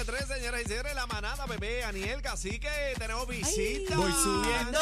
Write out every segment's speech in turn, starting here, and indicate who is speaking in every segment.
Speaker 1: y señores, la manada, bebé, Aniel, cacique, tenemos visita.
Speaker 2: Voy subiendo,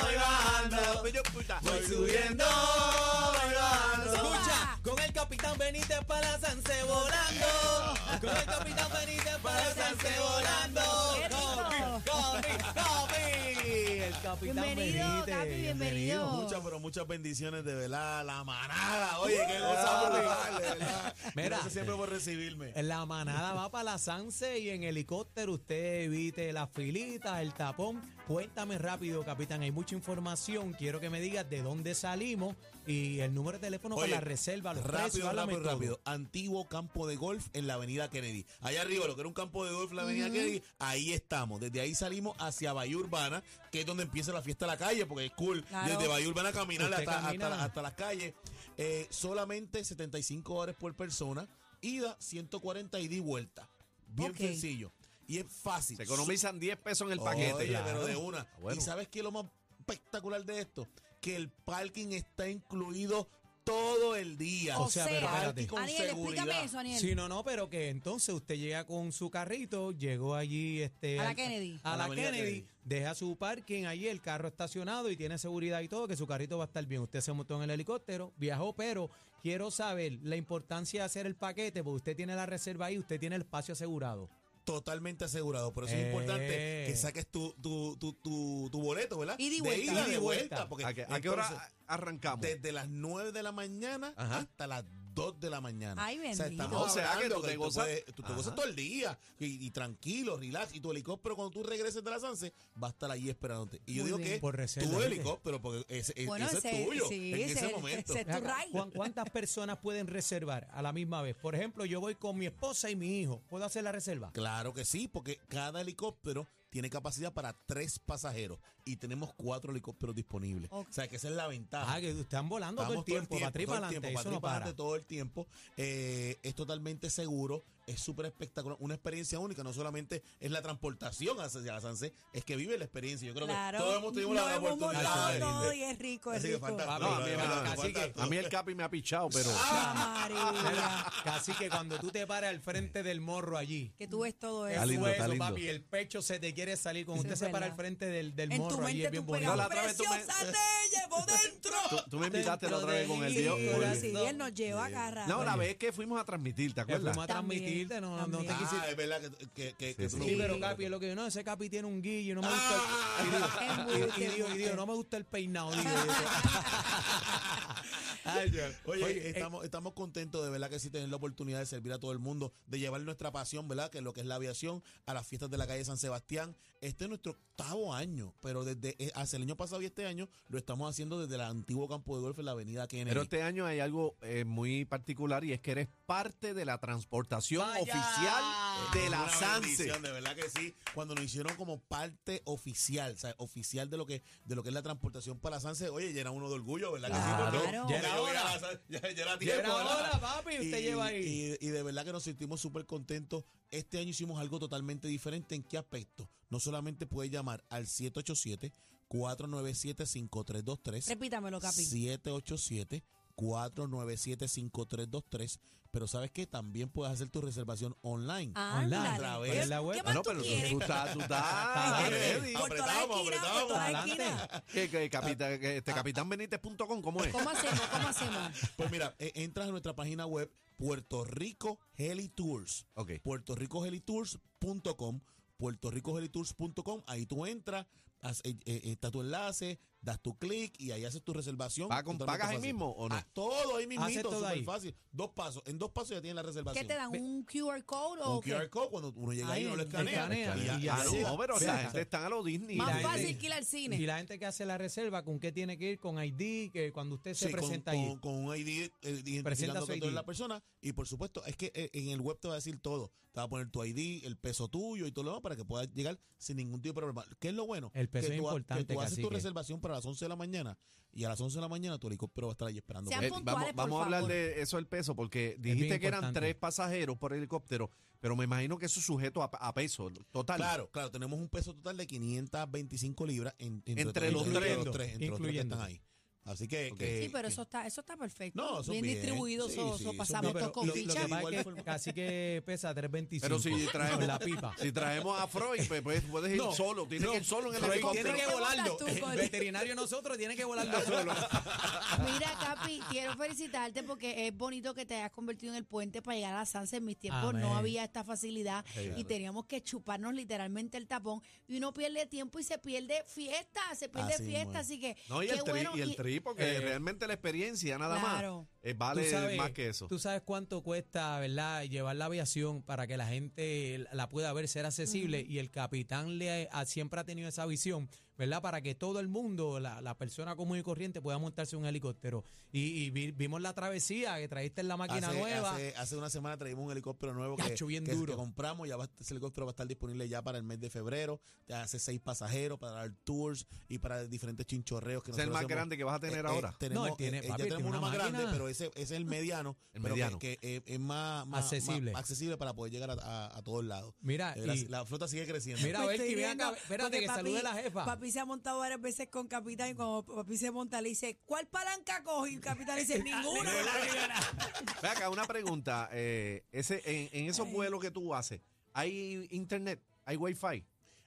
Speaker 2: voy bajando.
Speaker 1: Bello puta.
Speaker 2: Voy subiendo, voy bajando. Escucha, con el capitán Benítez para Sanse volando. Con el capitán Benítez para Sanse volando.
Speaker 3: Qué rico.
Speaker 2: Gobi, gobi, gobi. El capitán
Speaker 3: Bienvenido,
Speaker 2: Benítez.
Speaker 3: Capi, bienvenido.
Speaker 2: Muchas, pero muchas bendiciones de verdad. La manada. Oye, qué cosa brutal, de verdad.
Speaker 4: Mira.
Speaker 2: Gracias siempre por recibirme.
Speaker 4: La manada va para la Sanse y en helicóptero usted evite las filitas, el tapón. Cuéntame rápido, capitán, hay mucha información. Quiero que me digas de dónde salimos y el número de teléfono
Speaker 2: Oye,
Speaker 4: para la reserva, los precios,
Speaker 2: Rápido,
Speaker 4: háblame
Speaker 2: rápido,
Speaker 4: todo.
Speaker 2: rápido. Antiguo campo de golf en la avenida Kennedy. Allá arriba, lo que era un campo de golf en la avenida Kennedy, ahí estamos. Desde ahí salimos hacia Bahía Urbana, que es donde empieza la fiesta de la calle, porque es cool.
Speaker 3: Claro.
Speaker 2: Desde Bahía Urbana caminar
Speaker 4: Usted
Speaker 2: hasta,
Speaker 4: camina.
Speaker 2: hasta la- hasta las calles. Eh, solamente 75 dólares por persona. Ida, 140 ida y vuelta. Bien
Speaker 3: Ok.
Speaker 2: sencillo. Y es fácil.
Speaker 1: Se economizan 10 pesos en el paquete.
Speaker 2: Oye,
Speaker 1: Claro. Ah,
Speaker 2: pero de una.
Speaker 1: bueno.
Speaker 2: ¿Y sabes qué es lo más espectacular de esto? Que el parking está incluido todo el día.
Speaker 4: O sea, pero
Speaker 2: parking
Speaker 4: espérate.
Speaker 2: con
Speaker 3: Aniel, explícame
Speaker 2: seguridad.
Speaker 3: eso, Aniel.
Speaker 4: Sí, no, no, pero que entonces usted llega con su carrito, llegó allí este,
Speaker 3: A la
Speaker 4: al-
Speaker 3: Kennedy.
Speaker 4: A,
Speaker 2: A la
Speaker 4: la,
Speaker 2: avenida
Speaker 4: Kennedy,
Speaker 2: Kennedy.
Speaker 4: deja su parking allí, el carro estacionado y tiene seguridad y todo, que su carrito va a estar bien. Usted se montó en el helicóptero, viajó, pero quiero saber la importancia de hacer el paquete, porque usted tiene la reserva ahí, usted tiene el espacio asegurado.
Speaker 2: Totalmente asegurado. Por eso
Speaker 4: Eh.
Speaker 2: es importante que saques tu, tu, tu, tu, tu boleto, ¿verdad?
Speaker 3: Ida y vuelta.
Speaker 2: De ida y
Speaker 4: Ida y
Speaker 2: de vuelta.
Speaker 4: vuelta.
Speaker 2: Porque
Speaker 1: ¿A qué, a qué hora
Speaker 2: entonces,
Speaker 1: arrancamos?
Speaker 2: Desde las 9 de la mañana
Speaker 1: Ajá.
Speaker 2: hasta las 2 de la mañana.
Speaker 3: Ay,
Speaker 2: O sea,
Speaker 3: bendito.
Speaker 2: estamos
Speaker 1: O sea, que
Speaker 2: hablando
Speaker 1: tú te
Speaker 2: tú
Speaker 1: gozas-
Speaker 2: puedes- tú te
Speaker 1: Ajá.
Speaker 2: gozas todo el día. Y, y tranquilo, relax. Y tu helicóptero, cuando tú regreses de la Sanse, va a estar allí esperándote. Y yo
Speaker 4: Muy
Speaker 2: digo
Speaker 4: bien.
Speaker 2: que
Speaker 4: Por reserva,
Speaker 2: tu
Speaker 4: ¿viste?
Speaker 2: helicóptero, porque ese, e-
Speaker 3: Bueno,
Speaker 2: ese
Speaker 3: ese-
Speaker 2: es tuyo
Speaker 3: sí,
Speaker 2: en ese,
Speaker 3: ese-
Speaker 2: momento.
Speaker 3: ese-
Speaker 4: Ven
Speaker 3: tu
Speaker 4: acá,
Speaker 3: ride.
Speaker 4: ¿cuán- ¿Cuántas personas pueden reservar a la misma vez? Por ejemplo, yo voy con mi esposa y mi hijo. ¿Puedo hacer la reserva?
Speaker 2: Claro que sí, porque cada helicóptero tiene capacidad para tres pasajeros y tenemos cuatro helicópteros disponibles.
Speaker 3: Ok.
Speaker 2: O sea, que esa es la ventaja.
Speaker 4: Ah, que están volando todo el
Speaker 2: Estamos
Speaker 4: tiempo, para atrás y
Speaker 2: todo el
Speaker 4: para adelante,
Speaker 2: tiempo,
Speaker 4: eso
Speaker 2: para
Speaker 4: no
Speaker 2: atrás y para
Speaker 4: para.
Speaker 2: adelante todo el tiempo. Eh, es totalmente seguro, es súper espectacular, una experiencia única. No solamente es la transportación hacia la Sanse, es que vive la experiencia. Yo creo
Speaker 3: Claro.
Speaker 2: que todos hemos tenido la
Speaker 3: Lo hemos
Speaker 2: oportunidad.
Speaker 3: montado
Speaker 2: de
Speaker 3: todo
Speaker 2: vivir.
Speaker 3: y es rico, es
Speaker 2: Así que
Speaker 3: rico.
Speaker 2: fantástico.
Speaker 1: No, a mí,
Speaker 2: de verdad,
Speaker 1: me-
Speaker 4: cacique,
Speaker 2: fantástico.
Speaker 1: a mí el Capi me ha pichado, pero.
Speaker 2: Ah,
Speaker 3: Ave María.
Speaker 4: Así que cuando tú te paras al frente del morro allí,
Speaker 3: que tú ves todo eso.
Speaker 4: Eso,
Speaker 1: lindo, está
Speaker 4: eso,
Speaker 1: lindo.
Speaker 4: papi, el pecho se te quiere salir. Cuando
Speaker 3: Eso
Speaker 4: usted
Speaker 3: es
Speaker 4: se para
Speaker 3: verdad.
Speaker 4: al frente del, del
Speaker 3: en tu
Speaker 4: morro, allí
Speaker 3: mente
Speaker 4: es
Speaker 3: tú
Speaker 4: bien
Speaker 3: pegas
Speaker 4: bonito.
Speaker 1: la
Speaker 3: un
Speaker 1: otra vez tú me-
Speaker 3: preciosa te llevo dentro.
Speaker 1: Tú, tú me invitaste la otra vez con el
Speaker 3: Sí,
Speaker 1: Dios.
Speaker 3: ahora
Speaker 1: Muy
Speaker 3: sí,
Speaker 1: bien.
Speaker 3: él nos lleva a agarrar.
Speaker 1: No, la vez que fuimos a transmitir, ¿te
Speaker 4: Que
Speaker 1: acuerdas?
Speaker 4: fuimos a
Speaker 3: También,
Speaker 4: transmitirte, no, no- no te
Speaker 3: también.
Speaker 2: Ah,
Speaker 4: quisiste.
Speaker 2: es verdad que, que, que, que
Speaker 1: Sí,
Speaker 2: tú lo
Speaker 4: Sí, pero
Speaker 2: viste.
Speaker 4: Capi, es lo que yo, no, ese Capi tiene un guillo, y no me
Speaker 2: Ah.
Speaker 4: gusta el, y digo- y,
Speaker 3: Embuste,
Speaker 4: digo- y digo,
Speaker 3: embuste.
Speaker 4: no me gusta el peinado. digo, digo. Ay, Dios.
Speaker 2: Oye, eh,
Speaker 4: Oye, eh,
Speaker 2: estamos, estamos contentos de verdad que sí tener la oportunidad de servir a todo el mundo, de llevar nuestra pasión, ¿verdad? Que es lo que es la aviación, a las fiestas de la calle San Sebastián. Este es nuestro octavo año, pero desde eh, hace el año pasado y este año lo estamos haciendo desde el antiguo campo de golf en la avenida Kennedy.
Speaker 1: Pero este año hay algo eh, muy particular y es que eres parte de la transportación
Speaker 4: Vaya.
Speaker 1: oficial de la
Speaker 2: Una
Speaker 1: Sanse.
Speaker 2: bendición, De verdad que sí. Cuando nos hicieron como parte oficial, o sea, oficial de lo que de lo que es la transportación para la Sanse, oye, llena uno de orgullo, ¿verdad? que sí? Porque-
Speaker 3: Claro.
Speaker 2: porque
Speaker 4: Ya era
Speaker 2: yo voy a
Speaker 4: hora.
Speaker 2: la Sanse- ya- ya era
Speaker 4: Ya era
Speaker 2: tiempo, ¿verdad?
Speaker 4: hora, papi, usted lleva ahí.
Speaker 2: Y, y de verdad que nos sentimos súper contentos. Este año hicimos algo totalmente diferente. ¿En qué aspecto? No solamente puedes llamar al 787 497 5323
Speaker 3: Repítamelo, Capi.
Speaker 2: 787-497-5323. Pero ¿sabes qué? También puedes hacer tu reservación online.
Speaker 4: Ah.
Speaker 3: Ándale.
Speaker 2: A través
Speaker 3: ¿Qué-
Speaker 4: de la web.
Speaker 3: ¿Qué
Speaker 1: Ah,
Speaker 3: más
Speaker 1: no,
Speaker 3: tú
Speaker 1: pero tú,
Speaker 3: quieres?
Speaker 1: tú estás, tú estás.
Speaker 4: Ah,
Speaker 1: ¿Qué
Speaker 4: Está
Speaker 2: ready.
Speaker 3: Por todas las
Speaker 2: Apretamos,
Speaker 3: esquinas, por
Speaker 2: apretamos.
Speaker 3: todas las
Speaker 4: Adelante.
Speaker 3: esquinas.
Speaker 1: ¿Qué- qué, capitán, que este, capitánbenítez.com, ¿cómo es?
Speaker 3: ¿Cómo hacemos? ¿Cómo hacemos?
Speaker 2: Pues mira, e- entras a nuestra página web Puerto Rico Heli Tours.
Speaker 1: Ok.
Speaker 2: Puerto Rico Tours.com. Puerto Rico Tours.com. Ahí tú entras, haz- eh, eh, está tu enlace, das tu clic y ahí haces tu reservación.
Speaker 1: Ah, con-
Speaker 2: Totalmente
Speaker 1: ¿pagas ahí
Speaker 2: fácil.
Speaker 1: mismo o no?
Speaker 2: Ah, todo ahí mismo,
Speaker 4: todo
Speaker 2: súper
Speaker 4: ahí.
Speaker 2: fácil. Dos pasos. En dos pasos ya tienes la
Speaker 3: ¿Qué
Speaker 2: reservación.
Speaker 3: te dan? ¿Un QR code o
Speaker 2: Un
Speaker 3: qué?
Speaker 2: QR code, cuando uno llega ahí,
Speaker 4: Ahí
Speaker 2: uno lo
Speaker 4: el-
Speaker 2: escanea.
Speaker 4: escanea
Speaker 2: y ya-
Speaker 4: y ya
Speaker 1: Ah,
Speaker 2: así-
Speaker 1: no, pero
Speaker 4: Ve
Speaker 1: esa
Speaker 4: acá.
Speaker 1: gente están a lo Disney.
Speaker 4: la
Speaker 3: Más
Speaker 4: gente-
Speaker 3: fácil que ir al cine.
Speaker 4: y la gente que hace la reserva, ¿con qué tiene que ir? Con ID, que cuando usted se
Speaker 2: Sí,
Speaker 4: presenta
Speaker 2: con,
Speaker 4: ahí.
Speaker 2: con- con un ID eh,
Speaker 4: Presenta
Speaker 2: identificando
Speaker 4: su
Speaker 2: que tú eres
Speaker 4: ID.
Speaker 2: la persona. Y por supuesto, es que eh, en el web te va a decir todo. Te va a poner tu ID, el peso tuyo y todo lo demás para que puedas llegar sin ningún tipo de problema. ¿Qué es lo bueno?
Speaker 4: El peso
Speaker 2: que
Speaker 4: es
Speaker 2: tú, ha-
Speaker 4: importante,
Speaker 2: Que tú haces tu
Speaker 4: cacique.
Speaker 2: reservación para las 11 de la mañana y a las 11 de la mañana tu helicóptero va a estar ahí esperando.
Speaker 3: Sean
Speaker 1: Eh,
Speaker 3: puntuales,
Speaker 1: vamos
Speaker 3: por
Speaker 1: vamos a hablar
Speaker 3: favor.
Speaker 1: de eso del peso, porque dijiste
Speaker 4: bien
Speaker 1: que eran
Speaker 4: importante.
Speaker 1: tres pasajeros por helicóptero, pero me imagino que eso es sujeto a, a peso total.
Speaker 2: Claro, claro, tenemos un peso total de 525 libras en-
Speaker 1: Entre
Speaker 2: tres-
Speaker 1: los
Speaker 2: entre
Speaker 1: tres.
Speaker 2: los tres, entre los tres que
Speaker 4: Incluyendo.
Speaker 2: están ahí. Así que.
Speaker 1: Ok.
Speaker 2: que-
Speaker 3: Sí, pero
Speaker 2: que-
Speaker 3: eso está, eso está perfecto.
Speaker 2: eh, No, eso
Speaker 3: bien,
Speaker 2: bien,
Speaker 3: distribuido,
Speaker 2: sí,
Speaker 3: eso,
Speaker 2: sí,
Speaker 3: eso
Speaker 2: eso
Speaker 4: No,
Speaker 3: pasamos
Speaker 2: bien.
Speaker 4: pero
Speaker 3: todos con
Speaker 4: lo, lo
Speaker 3: ficha.
Speaker 4: que pasa
Speaker 2: igual
Speaker 4: es que
Speaker 2: forma.
Speaker 4: casi que pesa 3.25.
Speaker 1: Pero si traemos-
Speaker 4: con la pipa.
Speaker 1: Si traemos a Freud, pues, pues, puedes ir
Speaker 2: No,
Speaker 1: solo. Tienes
Speaker 2: no,
Speaker 1: que ir solo en el
Speaker 2: Freud
Speaker 4: Pero
Speaker 1: helicóptero.
Speaker 4: tiene que
Speaker 3: ¿Qué volas
Speaker 4: volarlo.
Speaker 3: tú,
Speaker 4: El
Speaker 3: Cori?
Speaker 4: veterinario nosotros tiene que volarlo solo.
Speaker 3: Mira, Capi, quiero felicitarte porque es bonito que te hayas convertido en el puente para llegar a la Sanse. En mis tiempos
Speaker 4: Amén.
Speaker 3: no había esta facilidad
Speaker 1: Sí,
Speaker 3: y
Speaker 1: claro.
Speaker 3: teníamos que chuparnos literalmente el tapón. Y uno pierde tiempo y se pierde fiesta, se pierde
Speaker 2: Así,
Speaker 3: fiesta.
Speaker 2: bueno.
Speaker 3: Así que,
Speaker 1: No, y
Speaker 3: qué
Speaker 1: el, tri,
Speaker 3: bueno.
Speaker 1: y el
Speaker 3: y-
Speaker 1: tri, porque
Speaker 4: Eh,
Speaker 1: realmente la experiencia nada
Speaker 3: Claro.
Speaker 1: más eh, vale
Speaker 4: Tú sabes-
Speaker 1: más que eso.
Speaker 4: Tú sabes cuánto cuesta, ¿verdad?, llevar la aviación para que la gente la pueda ver, ser accesible. Y el capitán le ha- siempre ha tenido esa visión, ¿verdad?, para que todo el mundo, la, la persona común y corriente, pueda montarse en un helicóptero. Y, y vi- vimos la travesía que trajiste en la máquina
Speaker 2: hace,
Speaker 4: nueva.
Speaker 2: Hace, hace una semana traímos un helicóptero nuevo que,
Speaker 4: Cacho, bien
Speaker 2: que- que
Speaker 4: duro.
Speaker 2: compramos. Ya va- ese helicóptero va a estar disponible ya para el mes de febrero. Ya hace seis pasajeros para dar tours y para diferentes chinchorreos que
Speaker 1: Ese es el
Speaker 2: nosotros
Speaker 1: más
Speaker 2: hacemos.
Speaker 1: grande que vas a tener
Speaker 2: Eh, eh,
Speaker 1: ahora.
Speaker 2: tenemos,
Speaker 4: No, él tiene,
Speaker 2: eh, eh,
Speaker 4: papi,
Speaker 2: ya
Speaker 4: él
Speaker 2: tenemos
Speaker 4: tiene
Speaker 2: uno
Speaker 4: una
Speaker 2: más grande,
Speaker 4: máquina.
Speaker 2: pero ese, ese es el mediano.
Speaker 1: El
Speaker 2: pero que-
Speaker 1: mediano.
Speaker 2: Que, eh, es más, más-
Speaker 4: Accesible.
Speaker 2: más accesible para poder llegar a, a- a todos lados.
Speaker 4: Mira,
Speaker 2: De veras,
Speaker 4: y-
Speaker 2: la, flota sigue creciendo.
Speaker 4: Mira,
Speaker 3: Me
Speaker 4: a ver,
Speaker 3: estoy
Speaker 4: que vean
Speaker 3: riendo,
Speaker 4: acá. Espérate,
Speaker 3: Pues porque
Speaker 4: que salude la jefa.
Speaker 3: Papi se ha montado varias veces con Capitán y cuando Papi se monta le dice, ¿cuál palanca coge? Y Capitán le dice, ninguna.
Speaker 1: Ve acá, una pregunta. eh, ese, en, en esos
Speaker 3: Ay.
Speaker 1: vuelos que tú haces, ¿hay internet? ¿Hay wifi?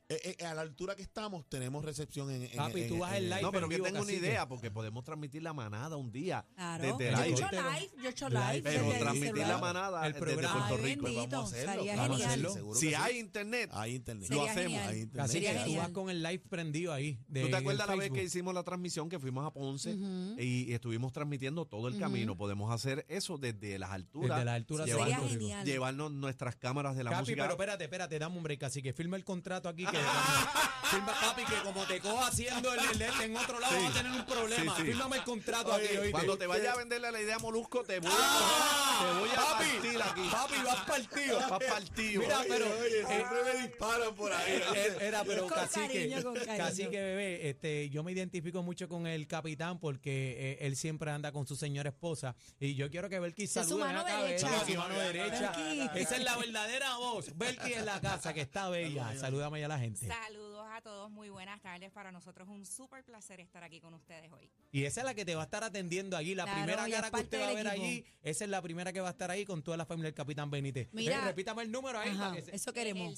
Speaker 2: Eh, eh, a la altura que estamos, tenemos recepción en. en-
Speaker 4: Papi,
Speaker 2: en-
Speaker 4: tú vas
Speaker 2: en-
Speaker 4: en
Speaker 2: en-
Speaker 4: live.
Speaker 1: No, pero
Speaker 4: en
Speaker 1: que
Speaker 4: vivo,
Speaker 1: tengo una
Speaker 4: cacique.
Speaker 1: idea, porque podemos transmitir la manada un día
Speaker 3: Claro.
Speaker 1: desde el
Speaker 3: yo he
Speaker 1: aire.
Speaker 3: hecho live, yo he hecho
Speaker 4: Live,
Speaker 3: live.
Speaker 1: Pero
Speaker 3: desde mi
Speaker 1: transmitir la
Speaker 3: celular.
Speaker 1: manada
Speaker 4: El
Speaker 1: desde
Speaker 4: programa.
Speaker 1: Puerto
Speaker 3: Ay,
Speaker 1: Rico.
Speaker 2: Pues vamos a
Speaker 3: Bendito,
Speaker 2: hacerlo.
Speaker 3: sería
Speaker 2: vamos a
Speaker 4: genial.
Speaker 2: hacerlo, seguro
Speaker 1: Si
Speaker 2: que sí.
Speaker 1: hay internet,
Speaker 2: Hay internet.
Speaker 1: Lo
Speaker 3: Sería
Speaker 1: hacemos,
Speaker 3: genial.
Speaker 2: hay internet.
Speaker 4: Así
Speaker 3: Sería
Speaker 4: que tú
Speaker 3: genial.
Speaker 4: vas con el live prendido ahí. De,
Speaker 1: ¿Tú te acuerdas
Speaker 4: del
Speaker 1: la vez que
Speaker 4: Facebook?
Speaker 1: hicimos la transmisión que fuimos a Ponce
Speaker 3: Ujú.
Speaker 1: y estuvimos transmitiendo todo el
Speaker 3: Ujú.
Speaker 1: camino? Podemos hacer eso desde las alturas.
Speaker 4: Desde la altura
Speaker 1: llevar-
Speaker 3: Sería
Speaker 1: llevarnos,
Speaker 4: Llevando-
Speaker 3: genial.
Speaker 1: nuestras cámaras de la
Speaker 4: Capi,
Speaker 1: música.
Speaker 4: pero espérate, espérate, dame un break, así que firma el contrato aquí. Que, firma, papi, que como te coja haciendo el, el- el- en otro lado
Speaker 1: Sí.
Speaker 4: vas a tener un problema.
Speaker 1: Sí, sí.
Speaker 4: Fírmame el contrato
Speaker 1: Oye,
Speaker 4: aquí, oíste. ¡Ah!
Speaker 1: cuando te vaya a venderle la idea a Molusco, te voy a, te voy a partir aquí.
Speaker 4: Papi, vas partido.
Speaker 1: Vas partido.
Speaker 4: Mira,
Speaker 1: Oye,
Speaker 4: pero...
Speaker 2: Oye,
Speaker 4: eh,
Speaker 2: siempre me disparan por ahí.
Speaker 4: eh, era, pero
Speaker 3: Con
Speaker 4: cacique,
Speaker 3: cariño, con cariño.
Speaker 4: cacique, bebé, este, yo me identifico mucho con el capitán porque eh, él siempre anda con su señora esposa y yo quiero que Belkis
Speaker 3: Esa es su
Speaker 4: salude
Speaker 3: mano
Speaker 4: acá,
Speaker 3: derecha.
Speaker 4: Belkis, su mano derecha.
Speaker 3: Belkis.
Speaker 4: Esa es la verdadera voz. Belkis en la casa que está bella. Salúdame ya a la gente.
Speaker 5: Saludos a todos, muy buenas tardes. Para nosotros es un súper placer estar aquí con ustedes hoy.
Speaker 4: Y esa es la que te va a estar atendiendo allí. La
Speaker 3: Claro,
Speaker 4: primera
Speaker 3: y es
Speaker 4: cara que
Speaker 3: parte
Speaker 4: usted va a
Speaker 3: del
Speaker 4: ver
Speaker 3: equipo.
Speaker 4: allí, esa es la primera que va a estar ahí con toda la familia del Capitán Benítez.
Speaker 3: Mira.
Speaker 4: Eh, repítame el número ahí.
Speaker 3: Ajá,
Speaker 4: para que se-
Speaker 3: eso
Speaker 5: El
Speaker 3: queremos.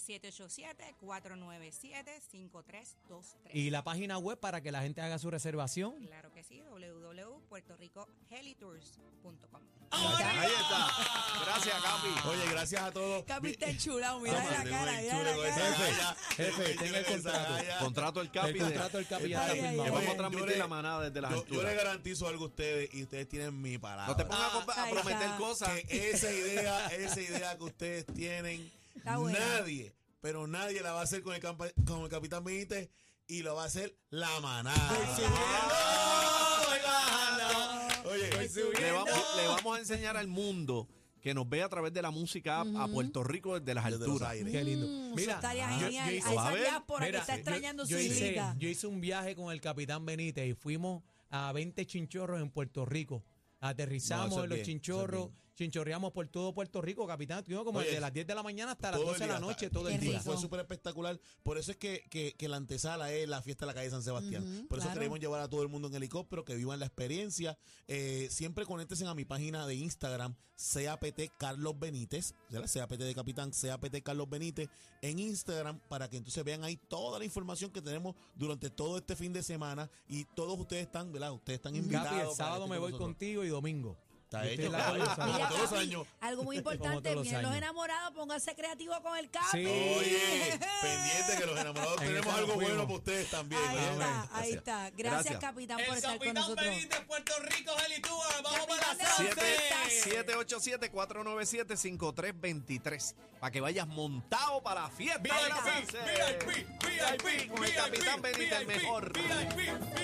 Speaker 5: 787-497-5323.
Speaker 4: Y la página web para que la gente haga su reservación.
Speaker 5: Claro que sí, www.puertorricohelitours.com.
Speaker 1: Ahí está. Gracias, Capi.
Speaker 2: Oye, gracias a todos.
Speaker 3: Capi está enchulado,
Speaker 2: Ah,
Speaker 3: mira la
Speaker 2: Martín,
Speaker 3: cara,
Speaker 2: muy
Speaker 3: mira
Speaker 2: chulo con
Speaker 3: la
Speaker 2: esa
Speaker 3: cara.
Speaker 2: galla.
Speaker 4: Jefe,
Speaker 2: Muy
Speaker 4: tenga
Speaker 2: chulo
Speaker 4: el
Speaker 2: con esa
Speaker 4: contrato.
Speaker 2: galla.
Speaker 1: Contrato del
Speaker 4: El
Speaker 1: Capi. de-
Speaker 4: contrato del Capi ya
Speaker 3: Ay,
Speaker 4: está
Speaker 1: que
Speaker 3: ay,
Speaker 4: firmado.
Speaker 1: vamos
Speaker 2: Oye,
Speaker 1: a transmitir
Speaker 2: yo le-
Speaker 1: la manada desde las
Speaker 2: Yo, yo le
Speaker 1: alturas.
Speaker 2: garantizo algo a ustedes y ustedes tienen mi palabra.
Speaker 1: No te pongas a,
Speaker 3: Ah,
Speaker 1: a
Speaker 3: ahí
Speaker 1: prometer
Speaker 3: está.
Speaker 1: cosas.
Speaker 2: que esa idea, esa idea que ustedes tienen,
Speaker 3: Está buena.
Speaker 2: nadie, pero nadie la va a hacer con el, campa- con el capitán Benítez y lo va a hacer la manada.
Speaker 3: Voy subiendo,
Speaker 2: voy bajando. Oye,
Speaker 1: Le vamos, le vamos a enseñar al mundo que nos ve a través de la música a- a Puerto Rico desde las
Speaker 2: Desde los
Speaker 1: alturas.
Speaker 2: aires.
Speaker 4: Qué lindo.
Speaker 3: Mm,
Speaker 4: Mira,
Speaker 3: eso estaría
Speaker 4: yo- yo
Speaker 3: genial.
Speaker 4: hice-
Speaker 3: a
Speaker 1: Va a
Speaker 3: esa
Speaker 1: ver,
Speaker 3: diáspora
Speaker 4: mira,
Speaker 3: que está
Speaker 4: yo-
Speaker 3: extrañando
Speaker 4: yo
Speaker 3: su
Speaker 4: hice,
Speaker 3: hijita.
Speaker 4: yo hice un viaje con el capitán Benítez y fuimos a 20 chinchorros en Puerto Rico. Aterrizamos
Speaker 2: No, eso es
Speaker 4: en los
Speaker 2: bien,
Speaker 4: chinchorros,
Speaker 2: eso es
Speaker 4: chinchorreamos por todo Puerto Rico, capitán. Estuvimos como
Speaker 2: Oye,
Speaker 4: desde las 10 de la mañana hasta las
Speaker 2: todo
Speaker 4: 12 de
Speaker 2: el
Speaker 4: la
Speaker 2: día,
Speaker 4: noche,
Speaker 2: hasta-
Speaker 4: todo el
Speaker 3: Qué
Speaker 4: día.
Speaker 3: rico.
Speaker 2: Fue súper espectacular. Por eso es que, que, que la antesala es la fiesta de la calle San Sebastián.
Speaker 3: Ujú,
Speaker 2: Por eso
Speaker 3: claro.
Speaker 2: queremos llevar a todo el mundo en helicóptero, que vivan la experiencia. Eh, siempre conéctense a mi página de Instagram, CAPT Carlos Benítez, ¿verdad? CAPT de Capitán, CAPT Carlos Benítez, en Instagram, para que entonces vean ahí toda la información que tenemos durante todo este fin de semana. Y todos ustedes están, ¿verdad? Ustedes están invitados.
Speaker 4: Capi,
Speaker 2: para
Speaker 4: el
Speaker 2: que
Speaker 4: sábado
Speaker 2: estén
Speaker 4: me
Speaker 2: con
Speaker 4: voy
Speaker 2: nosotros.
Speaker 4: contigo y domingo.
Speaker 2: Está
Speaker 4: Yo estoy
Speaker 2: hecho.
Speaker 4: en la cola,
Speaker 2: Como
Speaker 4: ¿sabes?
Speaker 3: Mira,
Speaker 2: todos los
Speaker 3: Capi,
Speaker 2: años.
Speaker 3: algo muy
Speaker 4: Como todos
Speaker 3: importante,
Speaker 4: los
Speaker 3: miren los
Speaker 4: años.
Speaker 3: enamorados, pónganse creativos con el Capi.
Speaker 4: Sí.
Speaker 2: Oye, pendiente que los enamorados
Speaker 4: En
Speaker 2: tenemos
Speaker 4: esa nos
Speaker 2: algo bueno
Speaker 4: fuimos.
Speaker 2: para ustedes también.
Speaker 3: Ahí
Speaker 2: ¿eh?
Speaker 3: está, ahí está. Gracias,
Speaker 1: Gracias.
Speaker 3: Capitán, por estar con nosotros.
Speaker 4: Puerto Rico, ah, Gelitour.
Speaker 3: Vamos para la Sanse.
Speaker 1: 787-497-5323. Para que vayas montado para la fiesta de la Sanse. Con el Capitán Benítez, el mejor.
Speaker 4: VIP, VIP.